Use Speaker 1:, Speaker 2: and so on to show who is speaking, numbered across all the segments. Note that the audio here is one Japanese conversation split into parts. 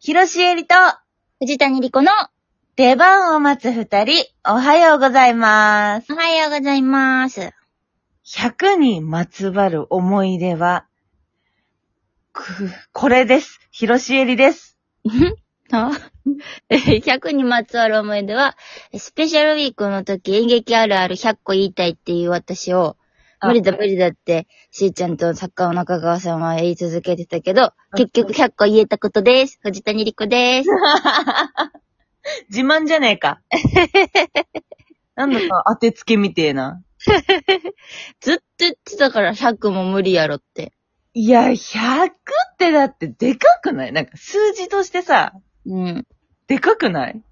Speaker 1: 広しえりと
Speaker 2: 藤谷莉子の
Speaker 1: 出番を待つ二人、おはようございます。
Speaker 2: おはようございます。
Speaker 1: 100にまつわる思い出は、く、これです。広しえりです。
Speaker 2: あ100にまつわる思い出は、スペシャルウィークの時演劇あるある100個言いたいっていう私を、無理だ無理だって、しーちゃんと作家の中川さんは言い続けてたけど、結局100個言えたことです。藤谷莉子です。
Speaker 1: 自慢じゃねえか。なんだか当てつけみてえな。
Speaker 2: ずっと言ってたから100も無理やろって。
Speaker 1: いや、100ってだってでかくないなんか数字としてさ、
Speaker 2: うん。
Speaker 1: でかくない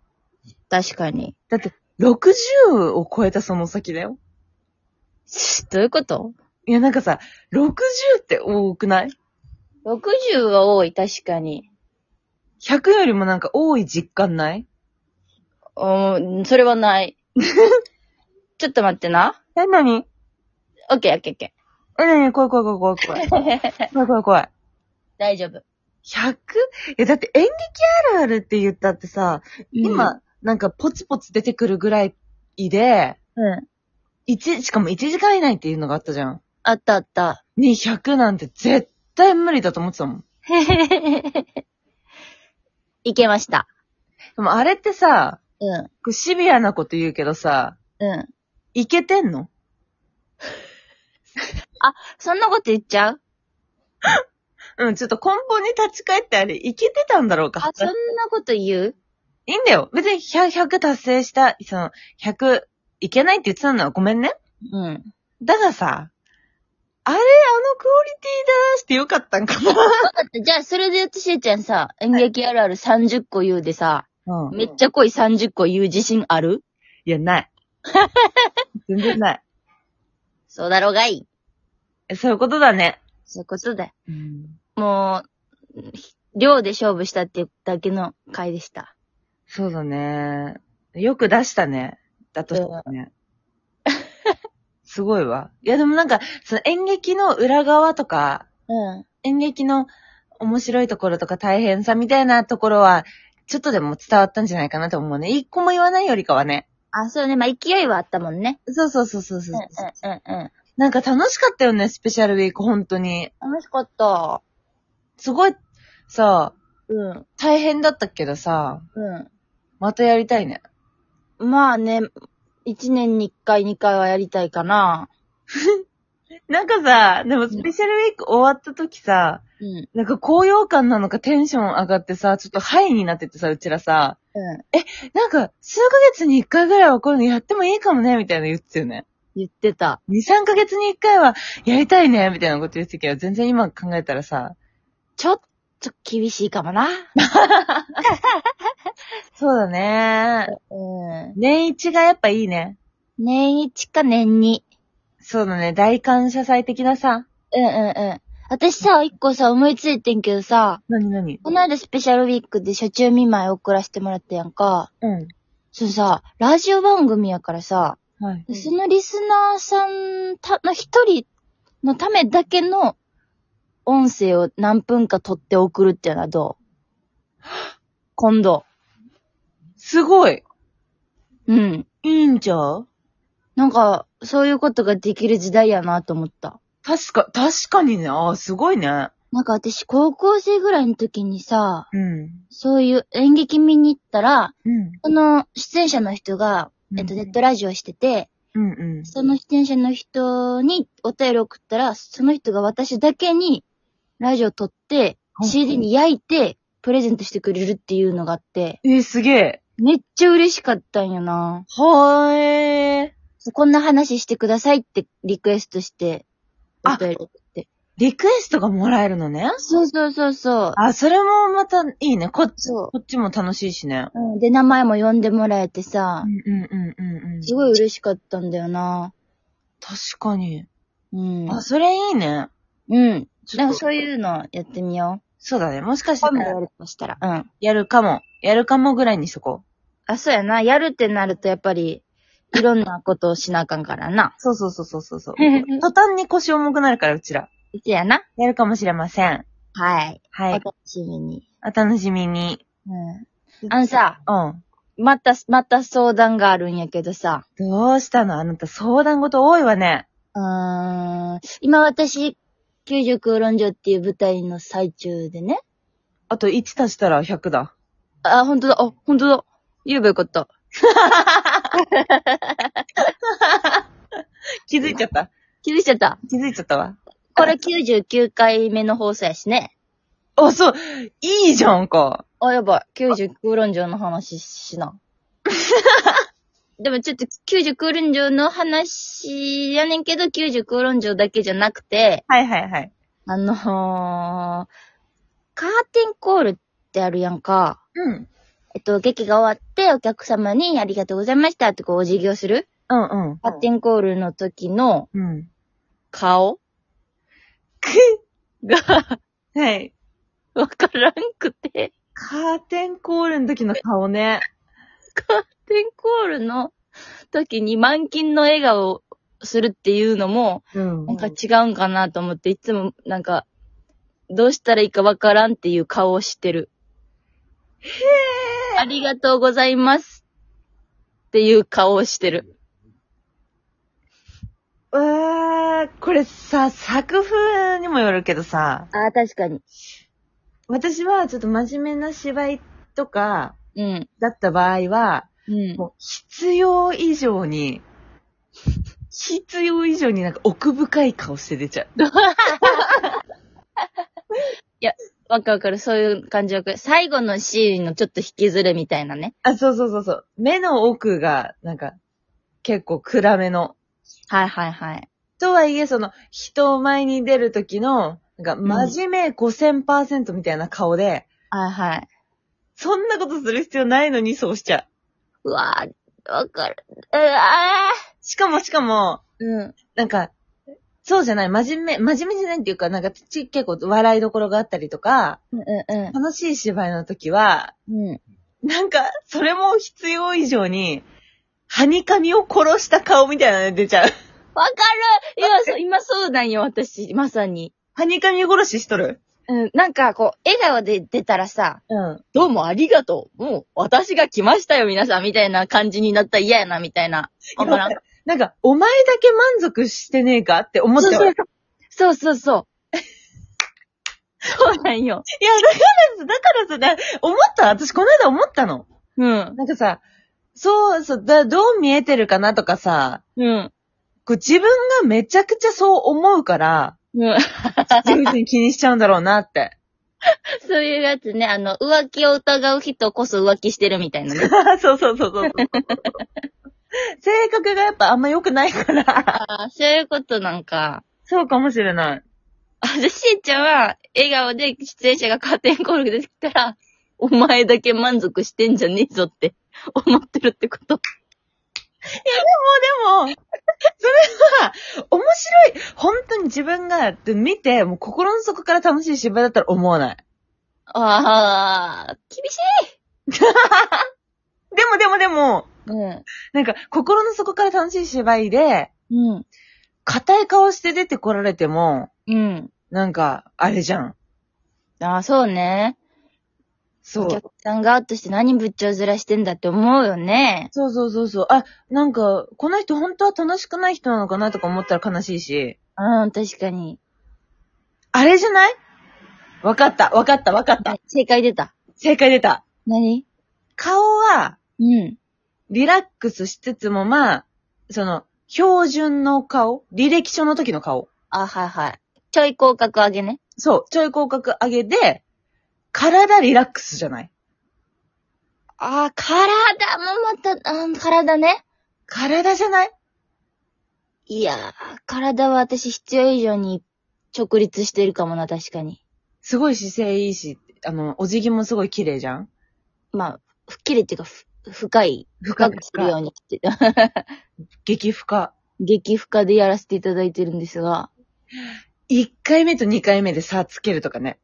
Speaker 2: 確かに。
Speaker 1: だって、60を超えたその先だよ。
Speaker 2: どういうこと
Speaker 1: いや、なんかさ、60って多くない
Speaker 2: ?60 は多い、確かに。
Speaker 1: 100よりもなんか多い実感ない
Speaker 2: うん、それは ない。ちょっと待ってな。
Speaker 1: え、なに
Speaker 2: オッケーオッケーオッケ
Speaker 1: え、なに怖い怖い怖い怖い怖い。怖い怖い怖い。
Speaker 2: ー。 大丈夫。
Speaker 1: 100? え、だって演劇あるあるって言ったってさ、今、なんかポツポツ出てくるぐらいで、
Speaker 2: うん、
Speaker 1: 一、しかも1時間以内っていうのがあったじゃん。
Speaker 2: あったあった。
Speaker 1: に100なんて絶対無理だと思ってたもん。
Speaker 2: いけました。
Speaker 1: でもあれってさ、
Speaker 2: うん、
Speaker 1: こうシビアなこと言うけどさ、
Speaker 2: うん。
Speaker 1: いけてんの
Speaker 2: そんなこと言っちゃう
Speaker 1: うん、ちょっと根本に立ち返ってあれ、いけてたんだろうか
Speaker 2: あ、。そんなこと言う
Speaker 1: いいんだよ。別に 100, 100達成した、その、100、いけないって言ってたのはごめんね。
Speaker 2: うん。
Speaker 1: だがさ、あれ、あのクオリティ出してよかったんか
Speaker 2: わかった。じゃあ、それで私しーちゃんさ、演劇あるある30個言うでさ、
Speaker 1: なうん。
Speaker 2: めっちゃ濃い30個言う自信ある
Speaker 1: いや、 ない。全然ない。
Speaker 2: そうだろうがい。
Speaker 1: えそういうことだね。
Speaker 2: そういうことだよ。
Speaker 1: うん。
Speaker 2: もう、量で勝負したっていうだけの回でした。
Speaker 1: そうだね。よく出したね。だとしたら ね。すごいわ。いや、でもなんか、その演劇の裏側とか、
Speaker 2: うん。
Speaker 1: 演劇の面白いところとか大変さみたいなところは、ちょっとでも伝わったんじゃないかなと思うね。一個も言わないよりかはね。
Speaker 2: あ、そうね。まあ、勢いはあったもんね。
Speaker 1: そうそうそうそうそうう、
Speaker 2: んうんうんうん。
Speaker 1: なんか楽しかったよね、スペシャルウィーク、本当に。
Speaker 2: 楽しかった。
Speaker 1: すごい、さ、
Speaker 2: うん。
Speaker 1: 大変だったけどさ、
Speaker 2: うん。
Speaker 1: またやりたいね。
Speaker 2: まあね、一年に一回、二回はやりたいかな。
Speaker 1: なんかさ、でもスペシャルウィーク終わった時さ、
Speaker 2: うん。
Speaker 1: なんか高揚感なのかテンション上がってさ、ちょっとハイになっててさ、うちらさ、
Speaker 2: うん。
Speaker 1: なんか数ヶ月に一回ぐらいはこういうのやってもいいかもね、みたいな言ってたよね。
Speaker 2: 言ってた。
Speaker 1: 2、3ヶ月に1回はやりたいね、みたいなこと言ってたけど、全然今考えたらさ、
Speaker 2: ちょっと厳しいかもな。
Speaker 1: そうだね。
Speaker 2: う
Speaker 1: 年一がやっぱいいね。
Speaker 2: ん。年一か年二。
Speaker 1: そうだね。大感謝祭的なさ。
Speaker 2: うんうんうん。私さ、一個さ、思いついてんけどさ、
Speaker 1: なになに
Speaker 2: この間スペシャルウィークで初中見舞い送らせてもらったやんか。
Speaker 1: うん。
Speaker 2: そうさ、ラジオ番組やからさ、
Speaker 1: はい。
Speaker 2: そのリスナーさんたの一人のためだけの音声を何分か取って送るっていうのはどう今度。
Speaker 1: すごい。
Speaker 2: うん。
Speaker 1: いいんちゃう
Speaker 2: なんか、そういうことができる時代やなと思った。
Speaker 1: 確か、確かにね。ああ、すごいね。
Speaker 2: なんか私、高校生ぐらいの時にさ、
Speaker 1: うん。
Speaker 2: そういう演劇見に行ったら、
Speaker 1: うん。
Speaker 2: その出演者の人が、えっと、
Speaker 1: うん
Speaker 2: ネットラジオしてて、
Speaker 1: うんうん。
Speaker 2: その出演者の人にお便り送ったら、その人が私だけにラジオ撮って、
Speaker 1: うん
Speaker 2: CD に焼いて、プレゼントしてくれるっていうのがあって、
Speaker 1: えー、すげえ。
Speaker 2: めっちゃ嬉しかったんよな。
Speaker 1: はーい。
Speaker 2: こんな話してくださいってリクエストして、お
Speaker 1: あ
Speaker 2: 便り送って。
Speaker 1: リクエストがもらえるのね。
Speaker 2: そうそうそうそう。
Speaker 1: あ、それもまたいいね。こっち、
Speaker 2: そ
Speaker 1: こっちも楽しいしね。
Speaker 2: う。うん、で、名前も呼んでもらえてさ
Speaker 1: うん、うんうんうんうん。
Speaker 2: すごい嬉しかったんだよな。
Speaker 1: 確かに。
Speaker 2: うん。
Speaker 1: あ、それいいね。
Speaker 2: うん。
Speaker 1: ち
Speaker 2: な
Speaker 1: ょ
Speaker 2: ん
Speaker 1: っ
Speaker 2: か
Speaker 1: と
Speaker 2: そういうのやってみよ
Speaker 1: そうだね。もしか
Speaker 2: う。
Speaker 1: した
Speaker 2: 今度
Speaker 1: ら
Speaker 2: や、るとしたら。うん。
Speaker 1: やるかも。やるかもぐらいにしとこう。
Speaker 2: あ、そうやな。やるってなるとやっぱり、いろんなことをしなあかんからな。
Speaker 1: そうそうそうそうそうそう。
Speaker 2: へへへ
Speaker 1: 途端に腰重くなるから、うちら。
Speaker 2: そうやな。
Speaker 1: やるかもしれません。
Speaker 2: はい。
Speaker 1: は
Speaker 2: お
Speaker 1: い。
Speaker 2: 楽しみに。
Speaker 1: おお楽しみに。
Speaker 2: うん。あのさ、
Speaker 1: うん。
Speaker 2: また、また相談があるんやけどさ。
Speaker 1: どうしたのあなた相談事多いわね。
Speaker 2: うーん。今私、九十空論場っていう舞台の最中でね。
Speaker 1: あと1足したら100だ。
Speaker 2: あ、ほんとだ、あ、ほんとだ。言えばよかった。
Speaker 1: 気づいちゃった。
Speaker 2: 気づいちゃった。
Speaker 1: 気づいちゃったわ。
Speaker 2: これ99回目の放送やしね。
Speaker 1: あ、そう。いいじゃんか。
Speaker 2: あ、やばい。90空論上の話し な。でもちょっと90空論上の話やねんけど、90空論上だけじゃなくて、
Speaker 1: はいはいはい。
Speaker 2: あのー、カーテンコールってあるやんか。
Speaker 1: うん。
Speaker 2: えっと、劇が終わってお客様にありがとうございましたってこうお辞儀をする。
Speaker 1: うんうん。
Speaker 2: カーテンコールの時の
Speaker 1: うん。
Speaker 2: 顔
Speaker 1: く
Speaker 2: が
Speaker 1: はい。
Speaker 2: わからんくて、
Speaker 1: カーテンコールの時の顔ね。
Speaker 2: カーテンコールの時に満勤の笑顔をするっていうのも、
Speaker 1: うん
Speaker 2: なんか違うんかなと思って、いつもなんか、どうしたらいいかわからんっていう顔をしてる。へありがとうございますっていう顔をしてる。
Speaker 1: うわー、これさ、作風にもよるけどさ、
Speaker 2: ああ、確かに。
Speaker 1: 私はちょっと真面目な芝居とか
Speaker 2: うん。
Speaker 1: だった場合は、
Speaker 2: うん。
Speaker 1: もう必要以上に、必要以上になんか奥深い顔して出ちゃう。
Speaker 2: わかるわかる。そういう感じわかる。最後のシーンのちょっと引きずるみたいなね。
Speaker 1: あ、そうそうそうそう。目の奥が、なんか、結構暗めの。
Speaker 2: はいはいはい。
Speaker 1: とはいえ、その、人前に出る時の、なんか、真面目5000%みたいな顔で、
Speaker 2: はいはい。
Speaker 1: そんなことする必要ないのにそうしちゃ
Speaker 2: うわーわかる。うわ
Speaker 1: う。しかもしかも、
Speaker 2: ーうん。
Speaker 1: なんか、そうじゃない、真面目、真面目じゃないっていうか、なんか、ち結構笑いどころがあったりとか、
Speaker 2: うんう
Speaker 1: 楽しい芝居の時は、
Speaker 2: ん。うん。
Speaker 1: なんか、それも必要以上に、はにかみを殺した顔みたいなのが出ちゃう。
Speaker 2: わかる今そう、今そうなんよ、私。まさに。
Speaker 1: はにかみ殺ししとる。
Speaker 2: うん、なんかこう、笑顔で出たらさ、
Speaker 1: うん。
Speaker 2: どうもありがとう。もう、私が来ましたよ、皆さん、みたいな感じになったら嫌やな、みたいな。思わん
Speaker 1: なんか、お前だけ満足してねえかって思っちゃう。
Speaker 2: そうそうそうそう。 そうなんよ。
Speaker 1: いや、だからさ、だからさ、だ思った、私この間思ったの。
Speaker 2: うん。
Speaker 1: なんかさ、そう、そう、だどう見えてるかなとかさ、
Speaker 2: うん。
Speaker 1: こう自分がめちゃくちゃそう思うから、
Speaker 2: うん。
Speaker 1: そういうふうに気にしちゃうんだろうなって。
Speaker 2: そういうやつね、あの、浮気を疑う人こそ浮気してるみたい なね。
Speaker 1: そうそうそうそうそう。 性格がやっぱあんま良くないから。
Speaker 2: ああ、そういうことなんか。
Speaker 1: そうかもしれない。
Speaker 2: あ、じゃあ、しーちゃんは、笑顔で出演者がカーテンコールできたら、お前だけ満足してんじゃねえぞって思ってるってこ
Speaker 1: で
Speaker 2: と。
Speaker 1: も、それは、面白い。本当に自分が見て、もう心の底から楽しい芝居だったら思わない。
Speaker 2: ああ、厳しい。
Speaker 1: でもでもでも、
Speaker 2: う
Speaker 1: なんか心の底から楽しい芝居で、
Speaker 2: ん。うん。
Speaker 1: 硬い顔して出てこられても、
Speaker 2: うん。
Speaker 1: なんか、あれじゃん。
Speaker 2: ああ、そうね。
Speaker 1: そ
Speaker 2: お
Speaker 1: う。
Speaker 2: 客さん側として何ぶっちょずらしてんだって思うよね。
Speaker 1: そうそうそうそう。あ、なんか、この人本当は楽しくない人なのかなとか思ったら悲しいし。
Speaker 2: うん、確かに。
Speaker 1: あれじゃないわかった、わかった、わかった。
Speaker 2: 正解出た。
Speaker 1: 正解出た。
Speaker 2: 何
Speaker 1: 顔は、
Speaker 2: うん。
Speaker 1: リラックスしつつも、まあ、その、標準の顔履歴書の時の顔
Speaker 2: あ、はいはい。ちょい広角上げね。
Speaker 1: そう、ちょい広角上げで、体リラックスじゃない
Speaker 2: ああ、体もまた、あー体ね。
Speaker 1: 体じゃない
Speaker 2: いやー、体は私必要以上に直立してるかもな、確かに。
Speaker 1: すごい姿勢いいし、あの、お辞儀もすごい綺麗じゃん
Speaker 2: まあ、吹っ切れっていうか、ふ深い、
Speaker 1: 深
Speaker 2: 深
Speaker 1: く
Speaker 2: くするようにって、
Speaker 1: 激深。
Speaker 2: 激深でやらせていただいてるんですが、
Speaker 1: 1回目と2回目で差つけるとかね。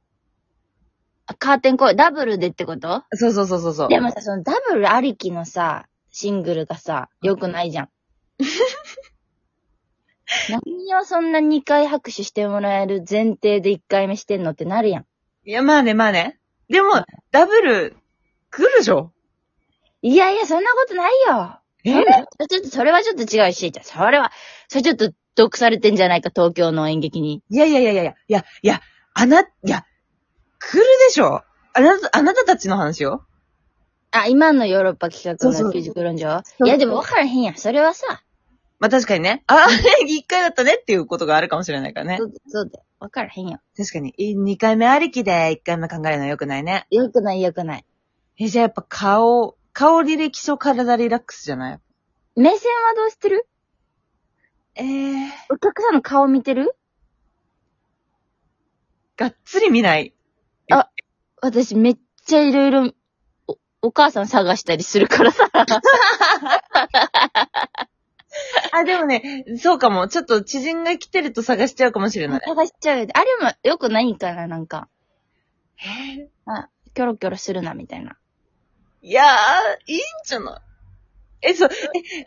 Speaker 2: あカーテンコール、ダブルでってこと
Speaker 1: そうそうそうそうそう。
Speaker 2: でもさ、そのダブルありきのさ、シングルがさ、良くないじゃん。何をそんな2回拍手してもらえる前提で1回目してんのってなるやん。
Speaker 1: いや、まあね、まあね。でも、ダブル、来るでしょ
Speaker 2: いやいや、そんなことないよ。
Speaker 1: え
Speaker 2: それちょっと、それはちょっと違うし、それは、それちょっと、毒されてんじゃないか、東京の演劇に。
Speaker 1: いやいやいやいやいや、いや、いや、あな、いや、来るでしょあなた、あなたたちの話よ。
Speaker 2: あ、今のヨーロッパ企画
Speaker 1: そうそ
Speaker 2: の
Speaker 1: う
Speaker 2: 90論上
Speaker 1: そう
Speaker 2: いや、でも分からへんやん。それはさ、
Speaker 1: まあ確かにね。あ、 一回だったねっていうことがあるかもしれないからね
Speaker 2: そ。うそうだよ。分からへんよ。
Speaker 1: 確かに。い二回目ありきで一回目考えるのは良くないね。
Speaker 2: よくないよくない。
Speaker 1: え、じゃあやっぱ顔、顔履歴書体リラックスじゃない
Speaker 2: 目線はどうしてる
Speaker 1: ええ
Speaker 2: お客さんの顔見てる
Speaker 1: がっつり見ない。
Speaker 2: 私めっちゃいろいろ、お、お母さん探したりするから さ。
Speaker 1: あ、でもね、そうかも。ちょっと知人が来てると探しちゃうかもしれない。
Speaker 2: 探しちゃうよ。あれもよくないんかな、なんか。
Speaker 1: えー
Speaker 2: キョロキョロするな、みたいな。
Speaker 1: いやー、いいんじゃないえ、そう、え、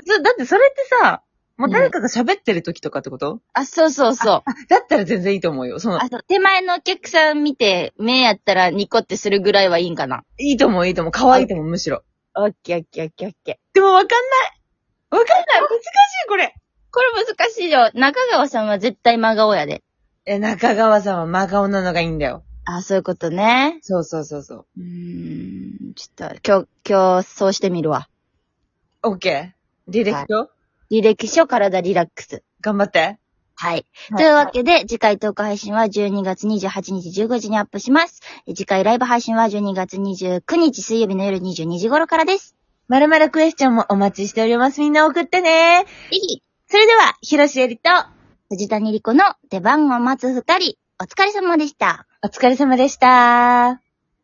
Speaker 1: そう、だってそれってさ、もう誰かが喋ってる時とかってこと、
Speaker 2: あ、そうそうそう。
Speaker 1: だったら全然いいと思うよ。その、
Speaker 2: あ、そう。手前のお客さん見て、目やったらニコってするぐらいはいいんかな。
Speaker 1: いいと思う、いいと思う。可愛いと思う、むしろ。
Speaker 2: オッケーオッケーオッケーオッケー。
Speaker 1: でもわかんない。わかんない。難しい、これ。
Speaker 2: これ難しいよ。中川さんは絶対真顔やで。
Speaker 1: え、中川さんは真顔なのがいいんだよ。
Speaker 2: あ、そういうことね。
Speaker 1: そうそうそうそう
Speaker 2: ーん。ちょっと、今日、今日、そうしてみるわ。
Speaker 1: う。オッケー。履歴書、
Speaker 2: 履歴書、体リラックス。
Speaker 1: 頑張って。
Speaker 2: はい。
Speaker 1: はい
Speaker 2: というわけで、次回投稿配信は12月28日15時にアップします。え次回ライブ配信は12月29日水曜日の夜22時頃からです。
Speaker 1: まるまるクエスチョンもお待ちしております。みんな送ってね。
Speaker 2: ぜひ、
Speaker 1: それでは、ひろしえりと、
Speaker 2: 藤谷莉子の出番を待つ二人、お疲れ様でした。
Speaker 1: お疲れ様でした。